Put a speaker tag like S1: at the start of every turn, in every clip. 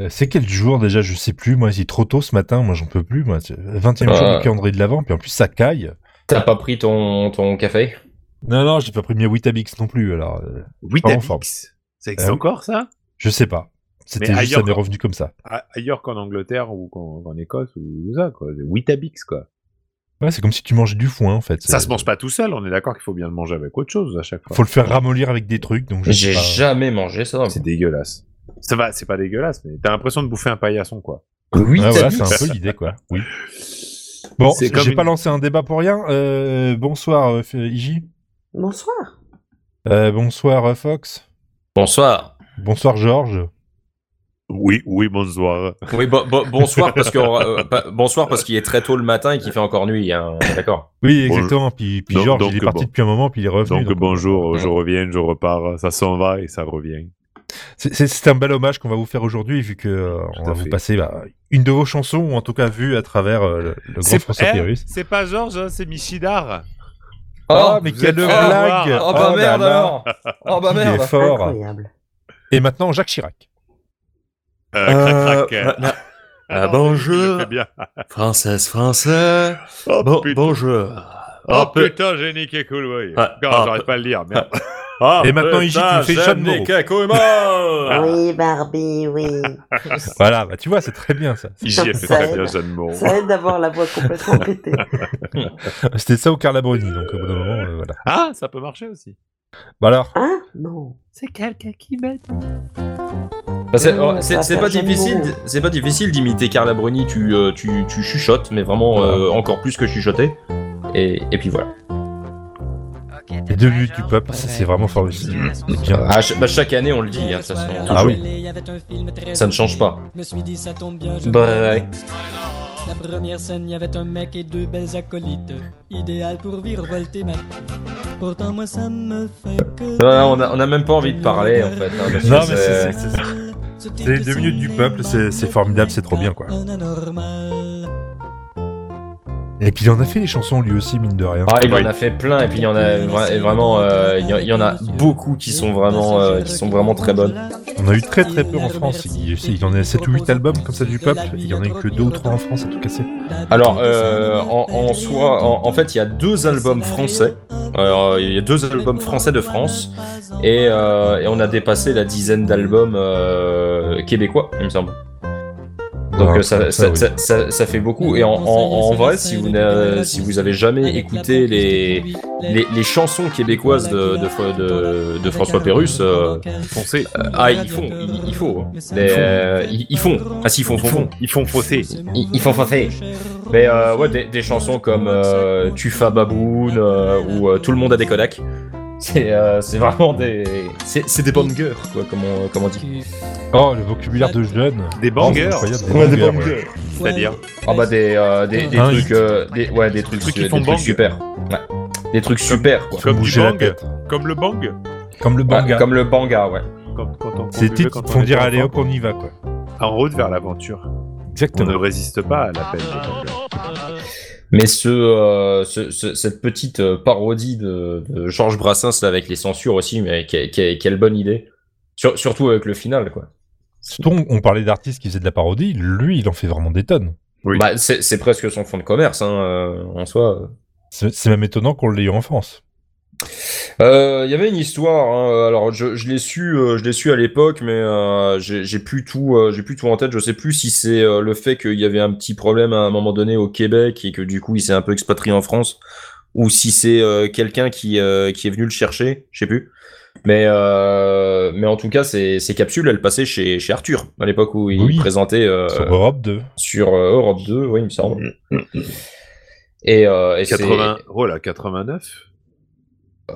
S1: Euh, C'est quel jour déjà Je sais plus. Moi, c'est trop tôt ce matin. Moi, j'en peux plus. Moi, C'est le 20e jour
S2: Ah.
S1: du calendrier de l'avant. Puis en plus, ça caille.
S2: T'as pas pris ton, ton café
S1: Non, non, j'ai pas pris mes Witabix non plus. Alors, euh, Pas en
S3: Witabix. Ça existe
S1: Euh, oui.
S3: encore, ça
S1: je sais pas. C'était juste,
S3: Mais ailleurs,
S1: ça m'est
S3: quoi.
S1: revenu comme ça.
S3: A- Ailleurs qu'en Angleterre ou qu'en qu'en Écosse ou tout ça, quoi. C'est Witabix, quoi.
S1: Ouais, c'est comme si tu mangeais du foin en fait.
S3: Ça
S1: C'est-
S3: se mange pas tout seul, on est d'accord qu'il faut bien le manger avec autre chose à chaque fois.
S1: Faut le faire ramollir avec des trucs. Donc, je sais
S2: J'ai
S1: pas.
S2: jamais mangé ça.
S3: C'est dégueulasse. Ça va, c'est pas dégueulasse, mais t'as l'impression de bouffer un paillasson, quoi.
S2: Oui,
S1: Ah Ouais, voilà,
S2: t'as
S1: c'est
S2: dit.
S1: un peu l'idée, quoi. Oui. Bon,
S3: C'est
S1: j'ai
S3: comme une-
S1: pas lancé un débat pour rien. Euh, bonsoir, euh, F- Iji.
S4: Bonsoir.
S1: Euh, bonsoir, euh, Fox.
S2: Bonsoir.
S1: Bonsoir, Georges.
S3: Oui, oui, bonsoir.
S2: Oui, bo- bo- bonsoir parce que euh, pas- bonsoir parce qu'il est très tôt le matin et qu'il fait encore nuit. hein, D'accord.
S1: Oui,
S3: Bon,
S1: exactement. Puis, puis
S3: donc-
S1: Georges,
S3: donc,
S1: il est parti
S3: bon.
S1: depuis un moment, puis il est revenu.
S3: Donc
S1: donc-
S3: bonjour,
S2: euh,
S3: je reviens, je repars, ça s'en va et ça revient.
S1: C'est- C'est c'est un bel hommage qu'on va vous faire aujourd'hui, vu que euh, on
S3: à
S1: va
S3: fait.
S1: vous passer bah, une de vos chansons, ou en tout cas vue à travers euh, le, le grand François Pérus.
S3: Eh, c'est pas Georges, hein, c'est Michidar.
S1: Oh, mais
S2: vous
S1: quelle
S2: êtes-
S3: oh,
S1: blague
S3: oh,
S2: Oh bah
S1: là
S2: merde
S1: là.
S2: alors Oh bah
S1: Il est
S2: merde
S1: fort.
S4: Incroyable.
S1: Et maintenant, Jacques Chirac.
S3: Euh,
S5: Euh,
S3: crac, crac.
S5: na-
S3: Ah,
S5: euh,
S3: non, c'est lui qui le
S5: bonjour.
S3: fait bien.
S5: Française, français.
S3: Oh,
S5: Bon-
S3: putain.
S5: bonjour.
S3: Oh,
S5: peu-
S3: putain, j'ai niqué Coolboy.
S5: Ah,
S3: Non,
S5: ah,
S3: j'arrive pas à le dire, merde.
S5: Ah,
S1: Et maintenant,
S5: putain,
S1: Iji, tu me fais Jeanne
S5: j'aime
S1: Moreau.
S5: les cacomans.
S4: Oui, Barbie, oui.
S1: Voilà, bah, tu vois, c'est très bien ça.
S3: J'y ai fait
S4: Ça
S3: très
S4: aide.
S3: bien, Jeanne Moreau.
S4: Ça aide d'avoir la voix complètement pétée.
S1: C'était ça au Carla Bruni, donc au bout d'un moment, euh, voilà.
S3: Ah, ça peut marcher aussi.
S1: Bah alors,
S4: Hein Non.
S3: C'est quelqu'un qui m'aide.
S2: Bah, c'est-
S4: Non,
S2: c'est
S4: ça
S2: c'est
S4: va
S2: pas
S4: faire
S2: difficile,
S4: Jeanne Moreau.
S2: c'est pas difficile d'imiter Carla Bruni. Tu, euh, tu, tu chuchotes, mais vraiment euh, encore plus que chuchoter. Et, et puis voilà.
S1: les deux buts du peuple, ça c'est vraiment fort aussi. Bien.
S2: Ah, ch- bah, chaque année, on le dit. hein, ça, c'est-
S1: Ah oui.
S2: ça ne change pas. Bah,
S6: Je me suis dit ça tombe bien. Je
S1: Bah
S2: Bref.
S6: La première scène, il y avait un mec et deux belles acolytes. Idéal pour virevolter ma. Pourtant moi ça me fait que.
S2: Ouais, on, a, on a même pas envie de parler en fait. hein, parce que
S1: Non, mais
S2: c'est-
S1: c'est- c'est- c'est- c'est les deux minutes du peuple, c'est- c'est formidable, c'est trop bien, quoi.
S6: Un anormal.
S1: Et puis il en a fait des chansons lui aussi, mine de rien.
S2: Ah, il
S3: Oui.
S2: en a fait plein et puis il y en a vra- et vraiment, euh, il y, en- il y en a beaucoup qui sont vraiment, euh, qui sont vraiment très bonnes.
S1: On a eu très très peu en France. Il, je sais, il en a 7 ou 8 albums comme ça du peuple. Il y en a eu que 2 ou 3 en France à tout casser.
S2: Alors, euh, en, en soi, en, en fait, il y a deux albums français. Alors, euh, il y a deux albums français de France et, euh, et on a dépassé la dizaine d'albums euh, québécois, il me semble. Donc
S1: Ouais,
S2: euh, ça,
S1: comme
S2: ça,
S1: oui.
S2: ça- ça- ça fait beaucoup et en, en- en vrai si vous n'a- si vous avez jamais écouté les, les, les chansons québécoises de, de, Fro- de- de François Pérus, euh,
S3: Foncez.
S2: euh, ah, ils font, ils, ils font. Les, euh, ils, ils font. Ah, si, ils font, font, font.
S3: Ils font fausser.
S2: Ils, ils font fafé. Mais euh, ouais, des, des chansons comme euh, Tufa Baboon euh, ou euh, Tout le monde a des Kodak. C'est euh, c'est vraiment des. C'est c'est des bangers, quoi, comme on, comme on dit.
S1: Oh, le vocabulaire de jeune.
S3: Des bangers.
S1: Oh, c'est incroyable,
S2: Ouais, des
S1: bangers, ouais.
S3: C'est-à-dire
S2: Ah, bah, des, euh, des, des
S1: Ah,
S2: trucs. euh, des, ouais, des trucs,
S3: Trucs qui
S2: des
S3: font
S2: trucs
S3: bang.
S2: super. Ouais. Des trucs super, quoi.
S1: Faut
S3: Comme du
S1: bouger la
S3: bang.
S1: tête.
S3: Comme le bang
S1: Comme le
S2: Ah,
S1: banga.
S2: comme le banga, ouais.
S3: Quand, quand on
S1: C'est
S3: qu'on
S1: des
S3: buvait
S1: titres qui
S3: quand on
S1: te font
S3: était
S1: dire allez
S3: enfant.
S1: hop, on y va quoi.
S3: En route vers l'aventure. On ne
S1: Exactement.
S3: résiste pas à l'appel des bangers.
S2: Mais ce, euh, ce- ce- cette petite euh, parodie de, de Georges Brassens là, avec les censures aussi, mais que- que- quelle bonne idée. Sur- surtout avec le final, quoi.
S1: Surtout, on- on parlait d'artistes qui faisaient de la parodie. Lui, il en fait vraiment des tonnes.
S3: Oui.
S2: Bah, c'est c'est presque son fonds de commerce, hein, euh, en soi.
S1: C'est c'est même étonnant qu'on l'ait eu en France.
S2: Euh, Il y avait une histoire. hein, alors, je, je l'ai su, euh, je l'ai su à l'époque, mais euh, j'ai j'ai plus tout, euh, j'ai plus tout en tête. Je sais plus si c'est euh, le fait qu'il y avait un petit problème à un moment donné au Québec et que du coup il s'est un peu expatrié en France, ou si c'est euh, quelqu'un qui euh, qui est venu le chercher. Je sais plus. Mais euh, mais en tout cas, ces, ces capsules, elles passaient chez chez Arthur à l'époque où il
S1: Oui.
S2: présentait euh,
S1: Sur Europe Mm, 2.
S2: sur euh, Europe 2, oui, il me semble. Et, euh, et c'est-
S3: 80... Oh là, 89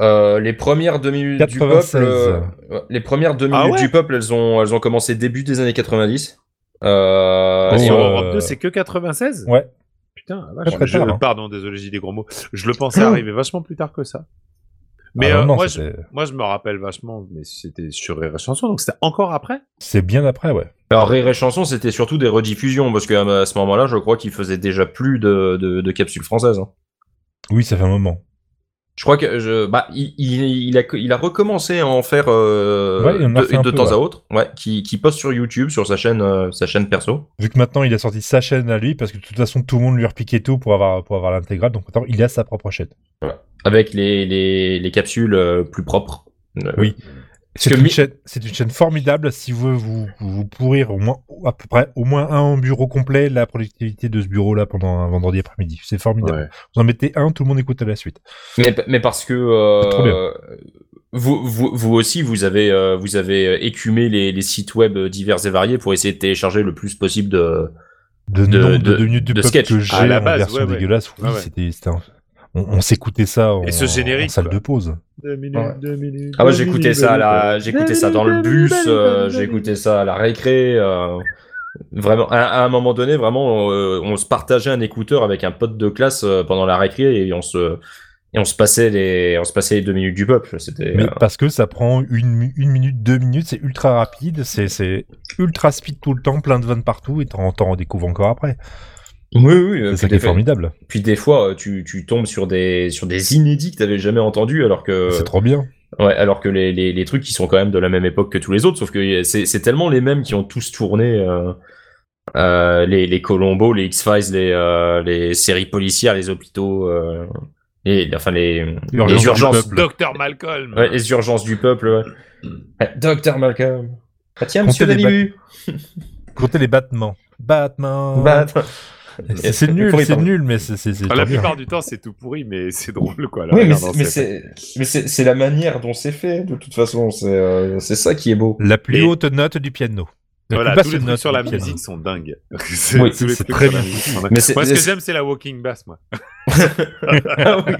S2: Euh, les premières deux minutes
S1: 96.
S2: du peuple, euh, ouais, les premières deux minutes
S3: Ah ouais
S2: du peuple, elles ont, elles ont commencé début des années 90. Euh,
S1: Oh,
S2: et
S3: Ah, Sur
S2: on-
S1: euh,
S3: Europe 2, c'est que 96
S1: Ouais.
S3: Putain, la
S1: Très,
S3: vache.
S1: très
S3: Je-
S1: tard, hein.
S3: Pardon, désolé, j'ai des gros mots. Je le pensais arriver vachement plus tard que ça. Mais
S1: Ah,
S3: euh,
S1: non, non,
S3: moi, je,
S1: c'était-
S3: moi, je me rappelle vachement, mais c'était sur Rire et Chanson, donc c'était encore après
S1: c'est bien après, ouais.
S2: Alors Rire et Chanson, c'était surtout des rediffusions parce que euh, à ce moment-là, je crois qu'ils faisaient déjà plus de, de, de capsules françaises. hein.
S1: Oui, ça fait un moment.
S2: Je crois que je, bah, il, il, il a, il a recommencé à en faire euh,
S1: Ouais, il en a
S2: de,
S1: fait un
S2: de
S1: peu,
S2: temps
S1: ouais.
S2: à autre, ouais, qui, qui poste sur YouTube, sur sa chaîne, euh, sa chaîne perso.
S1: Vu que maintenant il a sorti sa chaîne à lui, parce que de toute façon tout le monde lui repiquait tout pour avoir, pour avoir l'intégrale, donc maintenant il a sa propre chaîne.
S2: avec les, les, les capsules euh, plus propres. Euh,
S1: Oui.
S2: Parce
S1: C'est
S2: que
S1: une,
S2: mi-
S1: chaîne, c'est une chaîne formidable si vous voulez vous, vous pourrir au moins, à peu près, au moins un bureau complet, la productivité de ce bureau-là pendant un vendredi après-midi. C'est formidable.
S3: Ouais.
S1: Vous en mettez un, tout le monde écoute à la suite.
S2: mais, mais parce que euh,
S1: C'est trop bien.
S2: euh, vous, vous, vous aussi, vous avez, euh, vous avez écumé les, les sites web euh, divers et variés pour essayer de télécharger le plus possible de...
S1: De,
S2: De-
S1: nombre de,
S2: de-
S1: deux minutes du
S2: de
S1: peuple
S2: sketch.
S1: que j'ai
S5: Ah, À la
S1: en
S5: base,
S1: version
S5: ouais, ouais.
S1: dégueulasse, oui,
S5: Ouais, ouais.
S1: c'était, c'était un- on, on s'écoutait ça en,
S5: Et ce générique,
S1: en salle
S5: quoi.
S1: de pause.
S3: Deux minutes,
S2: Ouais.
S3: deux minutes.
S2: Ah ouais,
S3: deux
S2: j'écoutais
S3: minutes,
S2: ça, à
S3: deux minutes,
S2: la... j'écoutais ça dans le bus, euh, j'écoutais ça à la récré. euh, Vraiment, à, à un moment donné, vraiment, euh, on se partageait un écouteur avec un pote de classe euh, pendant la récré et on se, et on se passait les, on se passait les deux minutes du peuple. C'était.
S1: Mais
S2: euh,
S1: parce que ça prend une, mi- une minute, deux minutes, c'est ultra rapide, c'est, c'est ultra speed tout le temps, plein de vannes partout, et t'en, t'en redécouvres encore après.
S2: Oui, oui. euh,
S1: C'est ça qui
S2: puis,
S1: est
S2: des fois,
S1: formidable.
S2: puis des fois, euh, tu, tu tombes sur des, sur des inédits que t'avais jamais entendus, alors que,
S5: Euh,
S1: C'est trop bien.
S2: ouais, alors que les, les, les trucs qui sont quand même de la même époque que tous les autres, sauf que c'est c'est tellement les mêmes qui ont tous tourné. euh, euh, les, les Colombo, les X-Files, les, euh, les séries policières, les hôpitaux, euh, les, enfin les,
S1: Urgences
S2: les
S1: du
S2: urgences,
S1: peuple.
S5: Docteur Malcolm.
S2: ouais, les urgences du peuple. ouais. Ouais, Docteur Malcolm. Ah, tiens,
S1: Comptez
S2: Monsieur
S1: les
S2: Dalibu.
S1: Comptez les battements. Batman.
S2: Bah, attends.
S1: C'est, c'est nul,
S2: Pourri,
S1: c'est
S2: pardon.
S1: nul, mais c'est, c'est, c'est
S5: Enfin,
S1: trop
S5: la
S1: bien.
S5: plupart du temps, c'est tout pourri, mais c'est drôle, quoi. la
S2: Oui, mais
S5: manière
S2: c'est-
S5: dont
S2: mais
S5: fait.
S2: c'est mais c'est c'est la manière dont c'est fait de toute façon. C'est euh, c'est ça qui est beau.
S1: La plus
S5: Et-
S1: haute note du piano. La plus
S5: Voilà,
S1: basse
S5: tous les trucs
S1: note
S5: sur
S1: du
S5: la
S1: piano.
S5: musique sont dingues. C'est-
S2: Oui,
S5: tous les
S1: c'est
S5: trucs
S1: très
S5: sur la
S1: bien.
S5: musique sont dingues.
S2: Mais c'est
S5: Moi, ce
S2: mais
S5: que
S2: c'est-
S5: j'aime, c'est la walking bass, moi.
S2: Ah oui.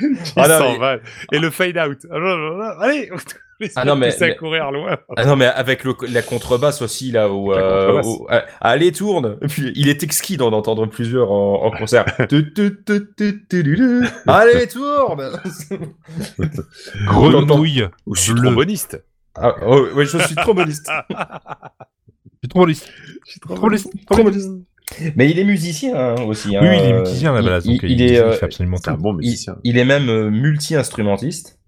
S5: Il
S2: Ah non,
S5: s'en
S2: mais-
S5: va. Et le fade out. Ah non, non, non, Allez, les
S2: Ah non, mais-
S5: tous à
S2: mais-
S5: courir loin.
S2: Ah non mais avec le- la contrebasse aussi là où,
S5: La
S2: euh,
S5: contrebasse.
S2: où- ah, allez tourne. Et puis il est exquis d'en entendre plusieurs en, en concert. Tu, tu, tu, tu, tu, tu, tu. allez tourne.
S1: Grenouille.
S5: Je suis
S1: bleu.
S5: tromboniste.
S2: Ah, oh, ouais, je suis tromboniste.
S1: C'est trop lisse.
S5: Je suis
S1: Trop lisse. Trop lisse.
S2: Tromboniste. Mais il est musicien hein, aussi. hein.
S1: Oui, oui, il est musicien la balade.
S2: Il,
S1: donc
S2: il- il est, euh,
S1: fait absolument
S3: C'est un
S1: tout.
S3: bon
S2: il,
S3: musicien.
S2: il est même euh, multi-instrumentiste.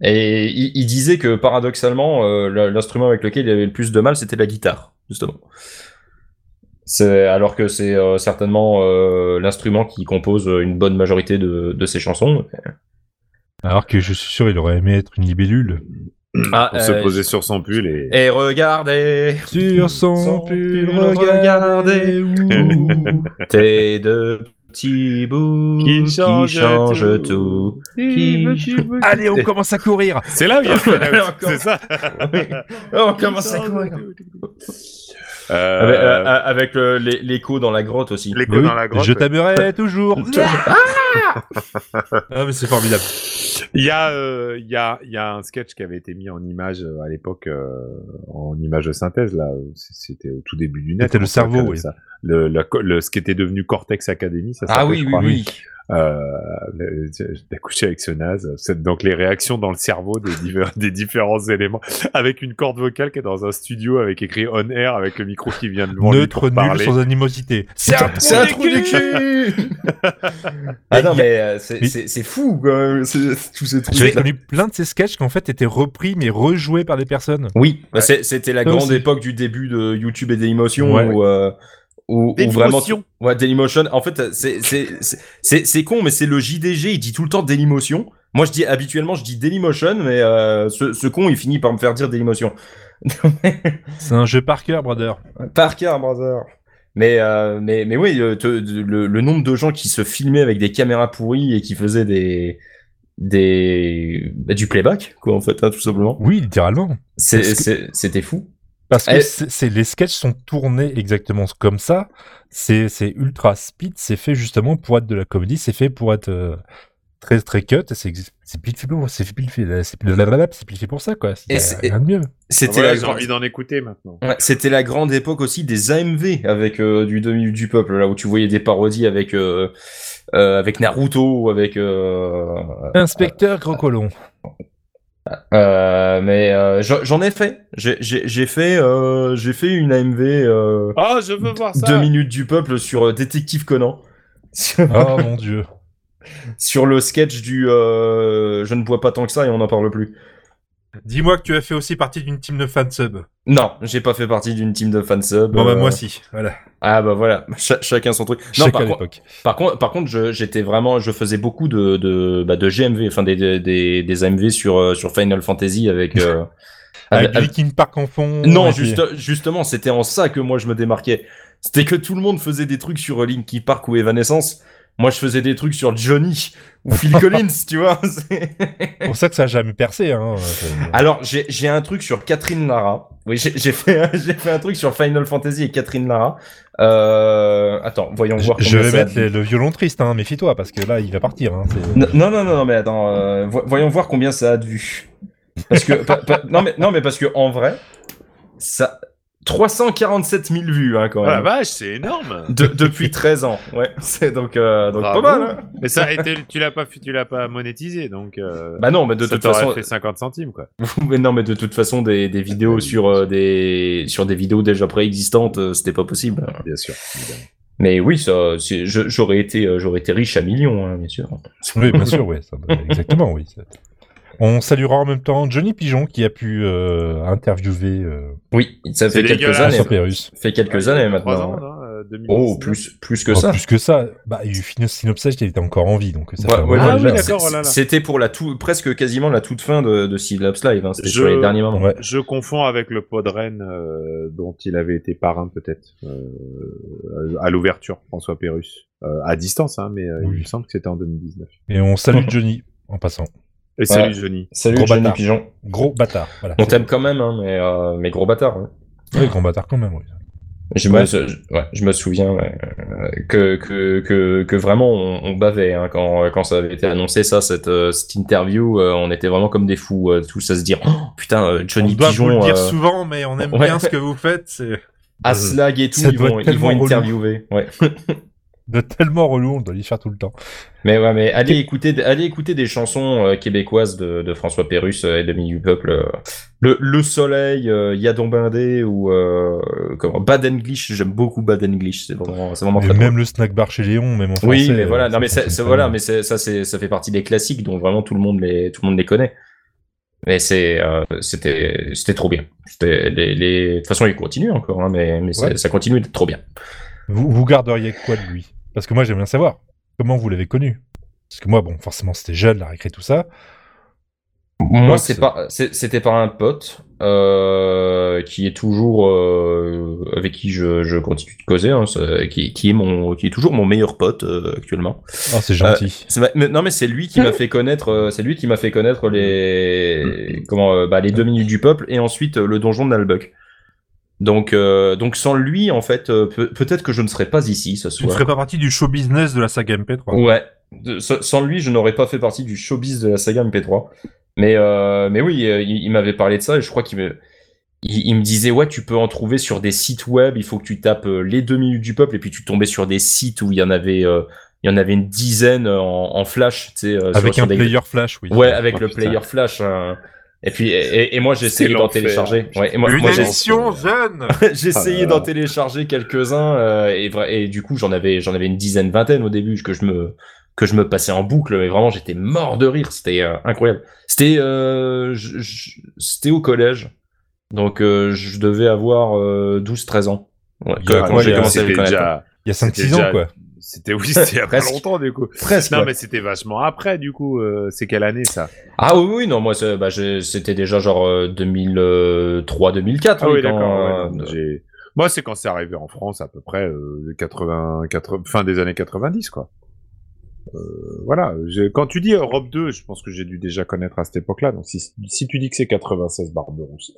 S2: Et il, il disait que paradoxalement, euh, le- l'instrument avec lequel il avait le plus de mal, c'était la guitare, justement. C'est, alors que c'est euh, certainement euh, l'instrument qui compose euh, une bonne majorité de, de ses chansons.
S1: Alors que je suis sûr, il aurait aimé être une libellule.
S2: Ah,
S3: On se
S2: euh,
S3: posait sur son pull et.
S2: Et regardez
S1: Sur son,
S2: Son
S1: pull,
S2: pull,
S1: regardez. ouh.
S2: tes deux petits bouts qui changent, tout.
S1: Allez, on commence à courir.
S5: C'est là où il y a le fade out.
S2: Encore.
S5: C'est ça.
S2: Oh, comment ça courir Avec, euh,
S5: Euh,
S2: avec le- l'é- l'écho dans la grotte aussi.
S5: L'écho
S1: Oui,
S5: dans la grotte.
S1: Je t'aimerai toujours. ah, mais c'est formidable.
S5: Il y a, euh,
S3: Euh, Il y, a, il y a un sketch qui avait été mis en image euh, à l'époque, euh, en image de synthèse, là. euh, c- C'était au tout début du net.
S1: C'était le
S3: on s'appelle
S1: cerveau,
S3: comme
S1: oui.
S3: ça. Le, la co- le- ce qui était devenu Cortex Academy, ça
S2: Ah
S3: s'appelle,
S2: oui,
S3: je
S2: oui,
S3: crois.
S2: oui.
S3: Euh, le- T'as couché avec ce naze. C'est Donc les réactions dans le cerveau des, divers- des différents éléments, avec une corde vocale qui est dans un studio avec écrit on air, avec le micro qui vient devant lui
S1: Neutre,
S3: pour
S1: nul,
S3: parler.
S1: sans animosité.
S2: C'est un,
S5: c'est un trou
S2: du cul Ah non, mais euh, c'est- c'est c'est fou, quoi. c'est- c'est- tous ces
S1: J'ai
S2: trucs-là.
S1: connu plein de ces sketchs qui en fait étaient repris mais rejoués par des personnes.
S2: Oui, bah, c'est- c'était la
S1: Ça
S2: grande
S1: aussi.
S2: époque du début de YouTube et Dailymotion
S1: Ouais.
S2: où, euh, où- où vraiment.
S5: Dailymotion.
S2: Ouais, Dailymotion. En fait, c'est- c'est- c'est c'est- c'est con, mais c'est le JDG, il dit tout le temps Dailymotion. Moi, je dis habituellement, je dis Dailymotion, mais euh, ce, ce con, il finit par me faire dire Dailymotion.
S1: C'est un jeu par cœur, brother.
S2: Parker, brother. Mais, euh, mais, mais oui, euh, te- de- le, le nombre de gens qui se filmaient avec des caméras pourries et qui faisaient des. des bah, du playback, quoi, en fait, hein, tout simplement.
S1: Oui, littéralement.
S2: C'est-
S1: Parce que-
S2: c'est- C'était fou.
S1: Parce que
S2: Eh.
S1: c'est c'est- les sketchs sont tournés exactement comme ça. C'est c'est ultra speed. C'est fait justement pour être de la comédie. C'est fait pour être euh, très très cut. et C'est c'est pile fait pour c'est pile fait- c'est pile- c'est pile fait pour ça quoi. C'est
S2: Et c'est-
S1: rien de mieux.
S2: C'était
S5: Voilà,
S2: la
S5: j'ai
S2: grande-
S5: envie d'en écouter maintenant.
S2: Ouais, C'était la grande époque aussi des AMV avec euh, du 2 minutes du peuple, là où tu voyais des parodies avec, euh, euh, avec Naruto ou avec. euh,
S1: Inspecteur Gros Colon.
S2: euh, mais euh, j'en j'en ai fait. J'ai- J'ai j'ai fait, euh, j'ai fait une AMV euh,
S3: Ah,
S5: Oh, je veux voir ça.
S1: Ah.
S2: 2 minutes du peuple sur euh, Détective Conan.
S1: Oh mon dieu.
S2: sur le sketch du euh, je ne bois pas tant que ça et on n'en parle plus.
S1: Dis-moi que tu as fait aussi partie d'une team de fansub.
S2: Non, j'ai pas fait partie d'une team de fansub.
S1: Bon, bah,
S2: euh,
S1: moi, si. Voilà.
S2: Ah bah voilà, Cha- chacun son truc. Non,
S1: Chacun
S2: par,
S1: à
S2: contre-
S1: l'époque.
S2: Par contre, par contre, je- j'étais vraiment, je faisais beaucoup de de, bah, de GMV, enfin des des, des, des AMV sur euh, sur Final Fantasy avec. euh,
S1: Avec,
S2: avec-
S1: Linkin Park en fond.
S2: non,
S1: et puis-
S2: juste, justement, c'était en ça que moi je me démarquais. C'était que tout le monde faisait des trucs sur euh, Linky Park ou Evanescence. Moi, je faisais des trucs sur Johnny ou Phil Collins, tu vois. c'est-
S1: C'est pour ça que ça a jamais percé. Hein.
S2: Alors, j'ai j'ai un truc sur Catherine Lara. Oui, j'ai j'ai fait, un- j'ai fait un truc sur Final Fantasy et Catherine Lara. Euh, attends, voyons
S1: Je-
S2: voir.
S1: je
S2: combien
S1: vais
S2: ça
S1: mettre les- le violon triste, hein. méfie-toi, parce que là, il va partir. Hein. C'est-
S2: Non, non, non, non, mais attends, euh, vo- voyons voir combien ça a de vues. Parce que, pa- pa- non, mais, non, mais parce que, en vrai, ça, 347 000 vues, hein, quand
S3: Ah,
S5: Oh la
S2: même.
S5: vache, c'est énorme.
S2: De- depuis 13 ans, ouais. C'est donc, euh, donc pas
S5: Bravo.
S2: mal, hein.
S5: Mais ça, et t'es- tu l'as pas, fait- tu l'as pas monétisé, donc. euh,
S2: Bah non, mais de
S5: ça
S2: toute
S5: t'aurait
S2: façon,
S5: fait 50 centimes, quoi.
S2: mais non, mais de toute façon, des, des vidéos sur euh, des, sur des vidéos déjà préexistantes, euh, c'était pas possible.
S3: Bien sûr.
S2: Mais oui, ça, c'est- je- j'aurais été, euh, j'aurais été riche à millions, hein, bien sûr.
S1: Oui, bien sûr, oui. ça- Exactement, oui. On saluera en même temps Johnny Pigeon qui a pu euh, interviewer euh,
S2: Oui, ça fait
S5: C'est
S2: quelques
S5: dégueulasse.
S2: années,
S1: Vincent Pérus.
S2: fait quelques
S5: Ouais,
S2: années
S5: il y a trois
S2: maintenant. hein.
S5: ans, non, euh, 2019.
S2: Oh, plus, plus que
S1: Oh,
S2: ça.
S1: Plus que ça, bah, il fin- Synopsage, il était encore en vie, donc ça
S2: Ouais,
S1: fait un
S2: ouais,
S1: moment
S5: Ah
S2: déjà.
S5: oui,
S1: déjà.
S5: d'accord,
S2: C'est-
S5: oh là là.
S2: C'était pour la tout, presque quasiment la toute fin de, de Sea Labs Live, hein, c'était
S5: Je-
S2: sur les derniers moments.
S1: Ouais.
S5: Je confonds avec le pot de Rennes euh,
S3: dont il avait été parrain peut-être euh, à l'ouverture, François Pérus. Euh, à distance, hein, mais euh,
S1: Oui.
S3: il me semble que c'était en 2019.
S1: Et on salue Johnny en passant.
S5: Et
S2: salut,
S5: Johnny.
S2: Salut
S1: Gros
S2: Johnny
S1: bâtard.
S2: Pigeon.
S1: Gros bâtard. Voilà.
S2: On t'aime quand même, hein, mais, euh, mais gros bâtard. hein.
S1: Oui, gros bâtard quand même, oui.
S2: Je,
S1: Ouais.
S2: Me, je, ouais, je me souviens ouais, euh, que, que, que, que vraiment on, on bavait hein, quand, quand ça avait été annoncé, ça, cette, euh, cette interview. euh, on était vraiment comme des fous, euh, tous à se dire Oh, Putain, euh,
S7: On
S2: Johnny
S7: doit
S2: Pigeon,
S7: vous le dire
S2: euh,
S7: souvent, mais on aime
S2: ouais.
S7: bien ce que vous faites. C'est...
S2: Aslag et tout,
S1: Ça
S2: ils
S1: doit
S2: vont,
S1: être
S2: ils vont
S1: tellement relou.
S2: interviewer. Ouais.
S1: De tellement relou, on doit l'y faire tout le temps.
S2: Mais ouais, mais allez écouter, allez écouter des chansons euh, québécoises de, de François Pérus euh, et de Minu Peuple. euh, Le, le Soleil, euh, Yadon Bindé ou euh, comment, Bad English. J'aime beaucoup Bad English. C'est vraiment, c'est vraiment
S1: Et
S2: très
S1: même
S2: drôle.
S1: le snack bar chez Léon, même en français.
S2: Oui, mais voilà.
S1: euh,
S2: Non, mais
S1: ça
S2: c'est, c'est-
S1: fonctionne
S2: voilà,
S1: pas.
S2: mais c'est, ça, c'est, ça fait partie des classiques dont vraiment tout le monde les, tout le monde les connaît. Mais c'est, euh, c'était, c'était trop bien. C'était les, les, de toute façon, ils continuent encore, hein, mais, mais c'est-
S1: Ouais.
S2: ça continue d'être trop bien.
S1: Vous, vous garderiez quoi de lui Parce que moi, j'aime bien savoir comment vous l'avez connu. Parce que moi, bon, forcément, c'était jeune, la récré, tout ça.
S2: Moi,
S1: Pote.
S2: c'est pas, c'est- c'était par un pote euh, qui est toujours euh, avec qui je, je continue de causer, hein, c'est- qui, qui est mon, qui est toujours mon meilleur pote euh, actuellement.
S1: Oh, c'est
S7: Bah,
S1: gentil.
S2: C'est ma- mais- non, mais c'est lui qui m'a fait connaître, euh, c'est lui qui m'a fait connaître les, comment, euh, bah, les deux minutes du peuple et ensuite euh, le donjon de Nalbuck. Donc, euh, donc sans lui, en fait, euh, peut- peut-être que je ne serais pas ici ce
S7: Tu ne
S2: soir.
S7: ferais pas partie du show business de la saga MP3.
S2: Ouais. De- sa- sans lui, je n'aurais pas fait partie du showbiz de la saga MP3. Mais, euh, mais oui, euh, il, il m'avait parlé de ça et je crois qu'il me, il, il me disait Ouais, tu peux en trouver sur des sites web, il faut que tu tapes euh, les deux minutes du peuple. Et puis tu tombais sur des sites où il y en avait, euh, il y en avait une dizaine euh, en, en flash, tu sais, euh, sur-
S1: Avec
S2: sur
S1: un
S2: des-
S1: player flash, oui.
S2: Ouais, avec
S3: Oh,
S2: le
S3: putain.
S2: player flash. hein. Et puis, et, et- et moi, j'ai
S5: C'est
S2: essayé d'en
S5: l'enfer.
S2: télécharger. Ouais, et moi,
S7: Une
S2: moi, j'ai-
S7: émission jeune
S2: j'ai
S5: Ah
S2: essayé d'en télécharger quelques-uns euh, et, vra- et du coup j'en avais j'en avais une dizaine vingtaine au début que je me que je me passais en boucle mais vraiment j'étais mort de rire c'était euh, incroyable c'était euh, je- je- c'était au collège donc euh, je devais avoir 12 13 ans Ouais,
S1: Il y a
S2: quand
S1: quoi,
S2: j'ai
S1: les
S2: commencé à le
S5: C'était
S2: connaître.
S5: déjà.
S1: Il y a 5-6 ans,
S5: déjà-
S1: quoi.
S5: C'était oui, c'était après
S2: Presque.
S5: longtemps du coup.
S2: presque
S5: Non,
S2: ouais.
S5: mais c'était vachement après du coup. euh, c'est quelle année ça
S2: ah oui oui non moi c'est- bah, j'ai- c'était déjà genre euh, 2003 2004
S5: Ah oui, d'accord. ouais, non,
S2: euh,
S5: j'ai- Moi, c'est quand c'est arrivé en France à peu près euh, 80, 80 fin des années 90 quoi. Euh, voilà. j'ai- Quand tu dis Europe 2, je pense que j'ai dû déjà connaître à cette époque-là. Donc si, si tu dis que c'est 96 Barberousse,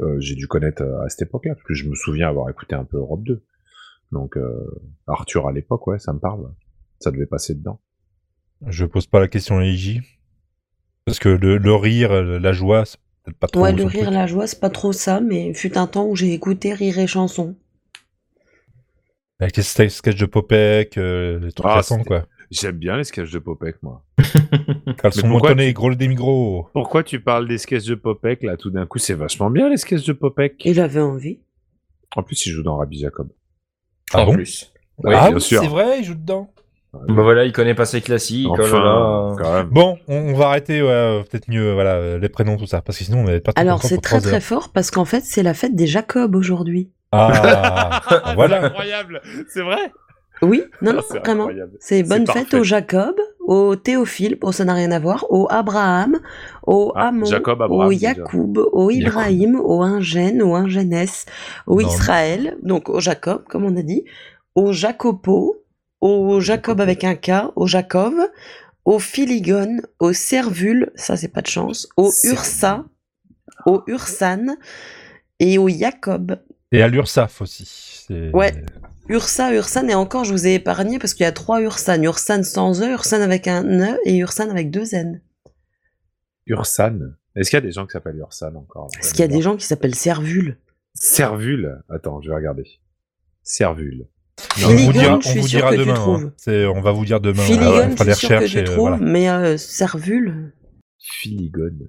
S5: euh, j'ai dû connaître euh, à cette époque-là parce que je me souviens avoir écouté un peu Europe 2. Donc euh, Arthur à l'époque, ouais, ça me parle. Ça devait passer dedans.
S1: Je pose pas la question à IJ. Parce que le, le rire, euh, la joie, c'est peut-être pas trop.
S4: Ouais, le
S1: son
S4: rire,
S1: truc.
S4: la joie, c'est pas trop ça, mais fut un temps où j'ai écouté Rire et Chanson.
S1: Avec les sta- sketchs de Popek, euh, les trucs
S5: Ah,
S1: récents,
S5: c'était-
S1: quoi.
S5: J'aime bien les sketchs de Popek, moi.
S1: Carlson
S5: pourquoi
S1: Montonnet, gros le démigros.
S5: Pourquoi tu parles des sketchs de Popek, là, tout d'un coup C'est vachement bien, les sketchs de Popek.
S4: Il avait envie.
S5: En plus, il joue dans Rabbi Jacob.
S1: Ah
S2: en
S1: bon
S2: plus
S5: Oui,
S1: Ah
S5: bien
S1: oui,
S5: sûr.
S1: c'est vrai, il joue dedans.
S2: Bah voilà, il connaît pas ses classiques. oh là là.
S5: quand même.
S1: Bon, on, on va arrêter, ouais, euh, peut-être mieux, voilà, euh, les prénoms, tout ça, parce que sinon on est pas
S4: Alors c'est très très fort parce qu'en fait c'est la fête des Jacob aujourd'hui.
S1: Ah, voilà.
S5: Incroyable, c'est vrai
S4: Oui, non, non,
S5: Ah, C'est
S4: vraiment.
S5: incroyable.
S4: C'est bonne
S5: C'est
S4: fête
S5: parfait.
S4: aux Jacob, aux Théophile, bon ça n'a rien à voir, aux Abraham, aux
S5: Ah,
S4: Amon,
S5: Jacob, Abraham,
S4: aux
S5: déjà.
S4: Yacoub, aux Ibrahim, aux Ingen, aux Ingenès, aux
S1: Non.
S4: Israël, donc aux Jacob comme on a dit, aux Jacopo, aux Jacob avec un K, aux Jacob, aux Philigone, aux Servule, ça c'est pas de chance, aux Ursa, aux Ursan et aux Jacob.
S1: Et à l'URSAF aussi. c'est-
S4: Ouais. Ursa, Ursan, et encore je vous ai épargné parce qu'il y a trois Ursan. Ursan sans E, Ursan avec un E et Ursan avec deux N.
S5: Ursan. Est-ce qu'il y a des gens qui s'appellent Ursan encore
S4: Parce qu'il y a des gens qui s'appellent Servule.
S5: Servule. Attends, je vais regarder. Servule.
S1: On vous
S4: Filigone,
S1: dira,
S4: je
S1: on
S4: suis
S1: vous
S4: sûre
S1: dira
S4: que tu
S1: demain. hein.
S4: trouves.
S1: C'est- On va vous dire demain. on va faire
S4: Filigone,
S1: des euh,
S4: je suis sûr que
S1: recherches
S4: tu
S1: et, euh,
S4: trouves,
S1: voilà.
S4: mais euh, Servule.
S5: Filigone.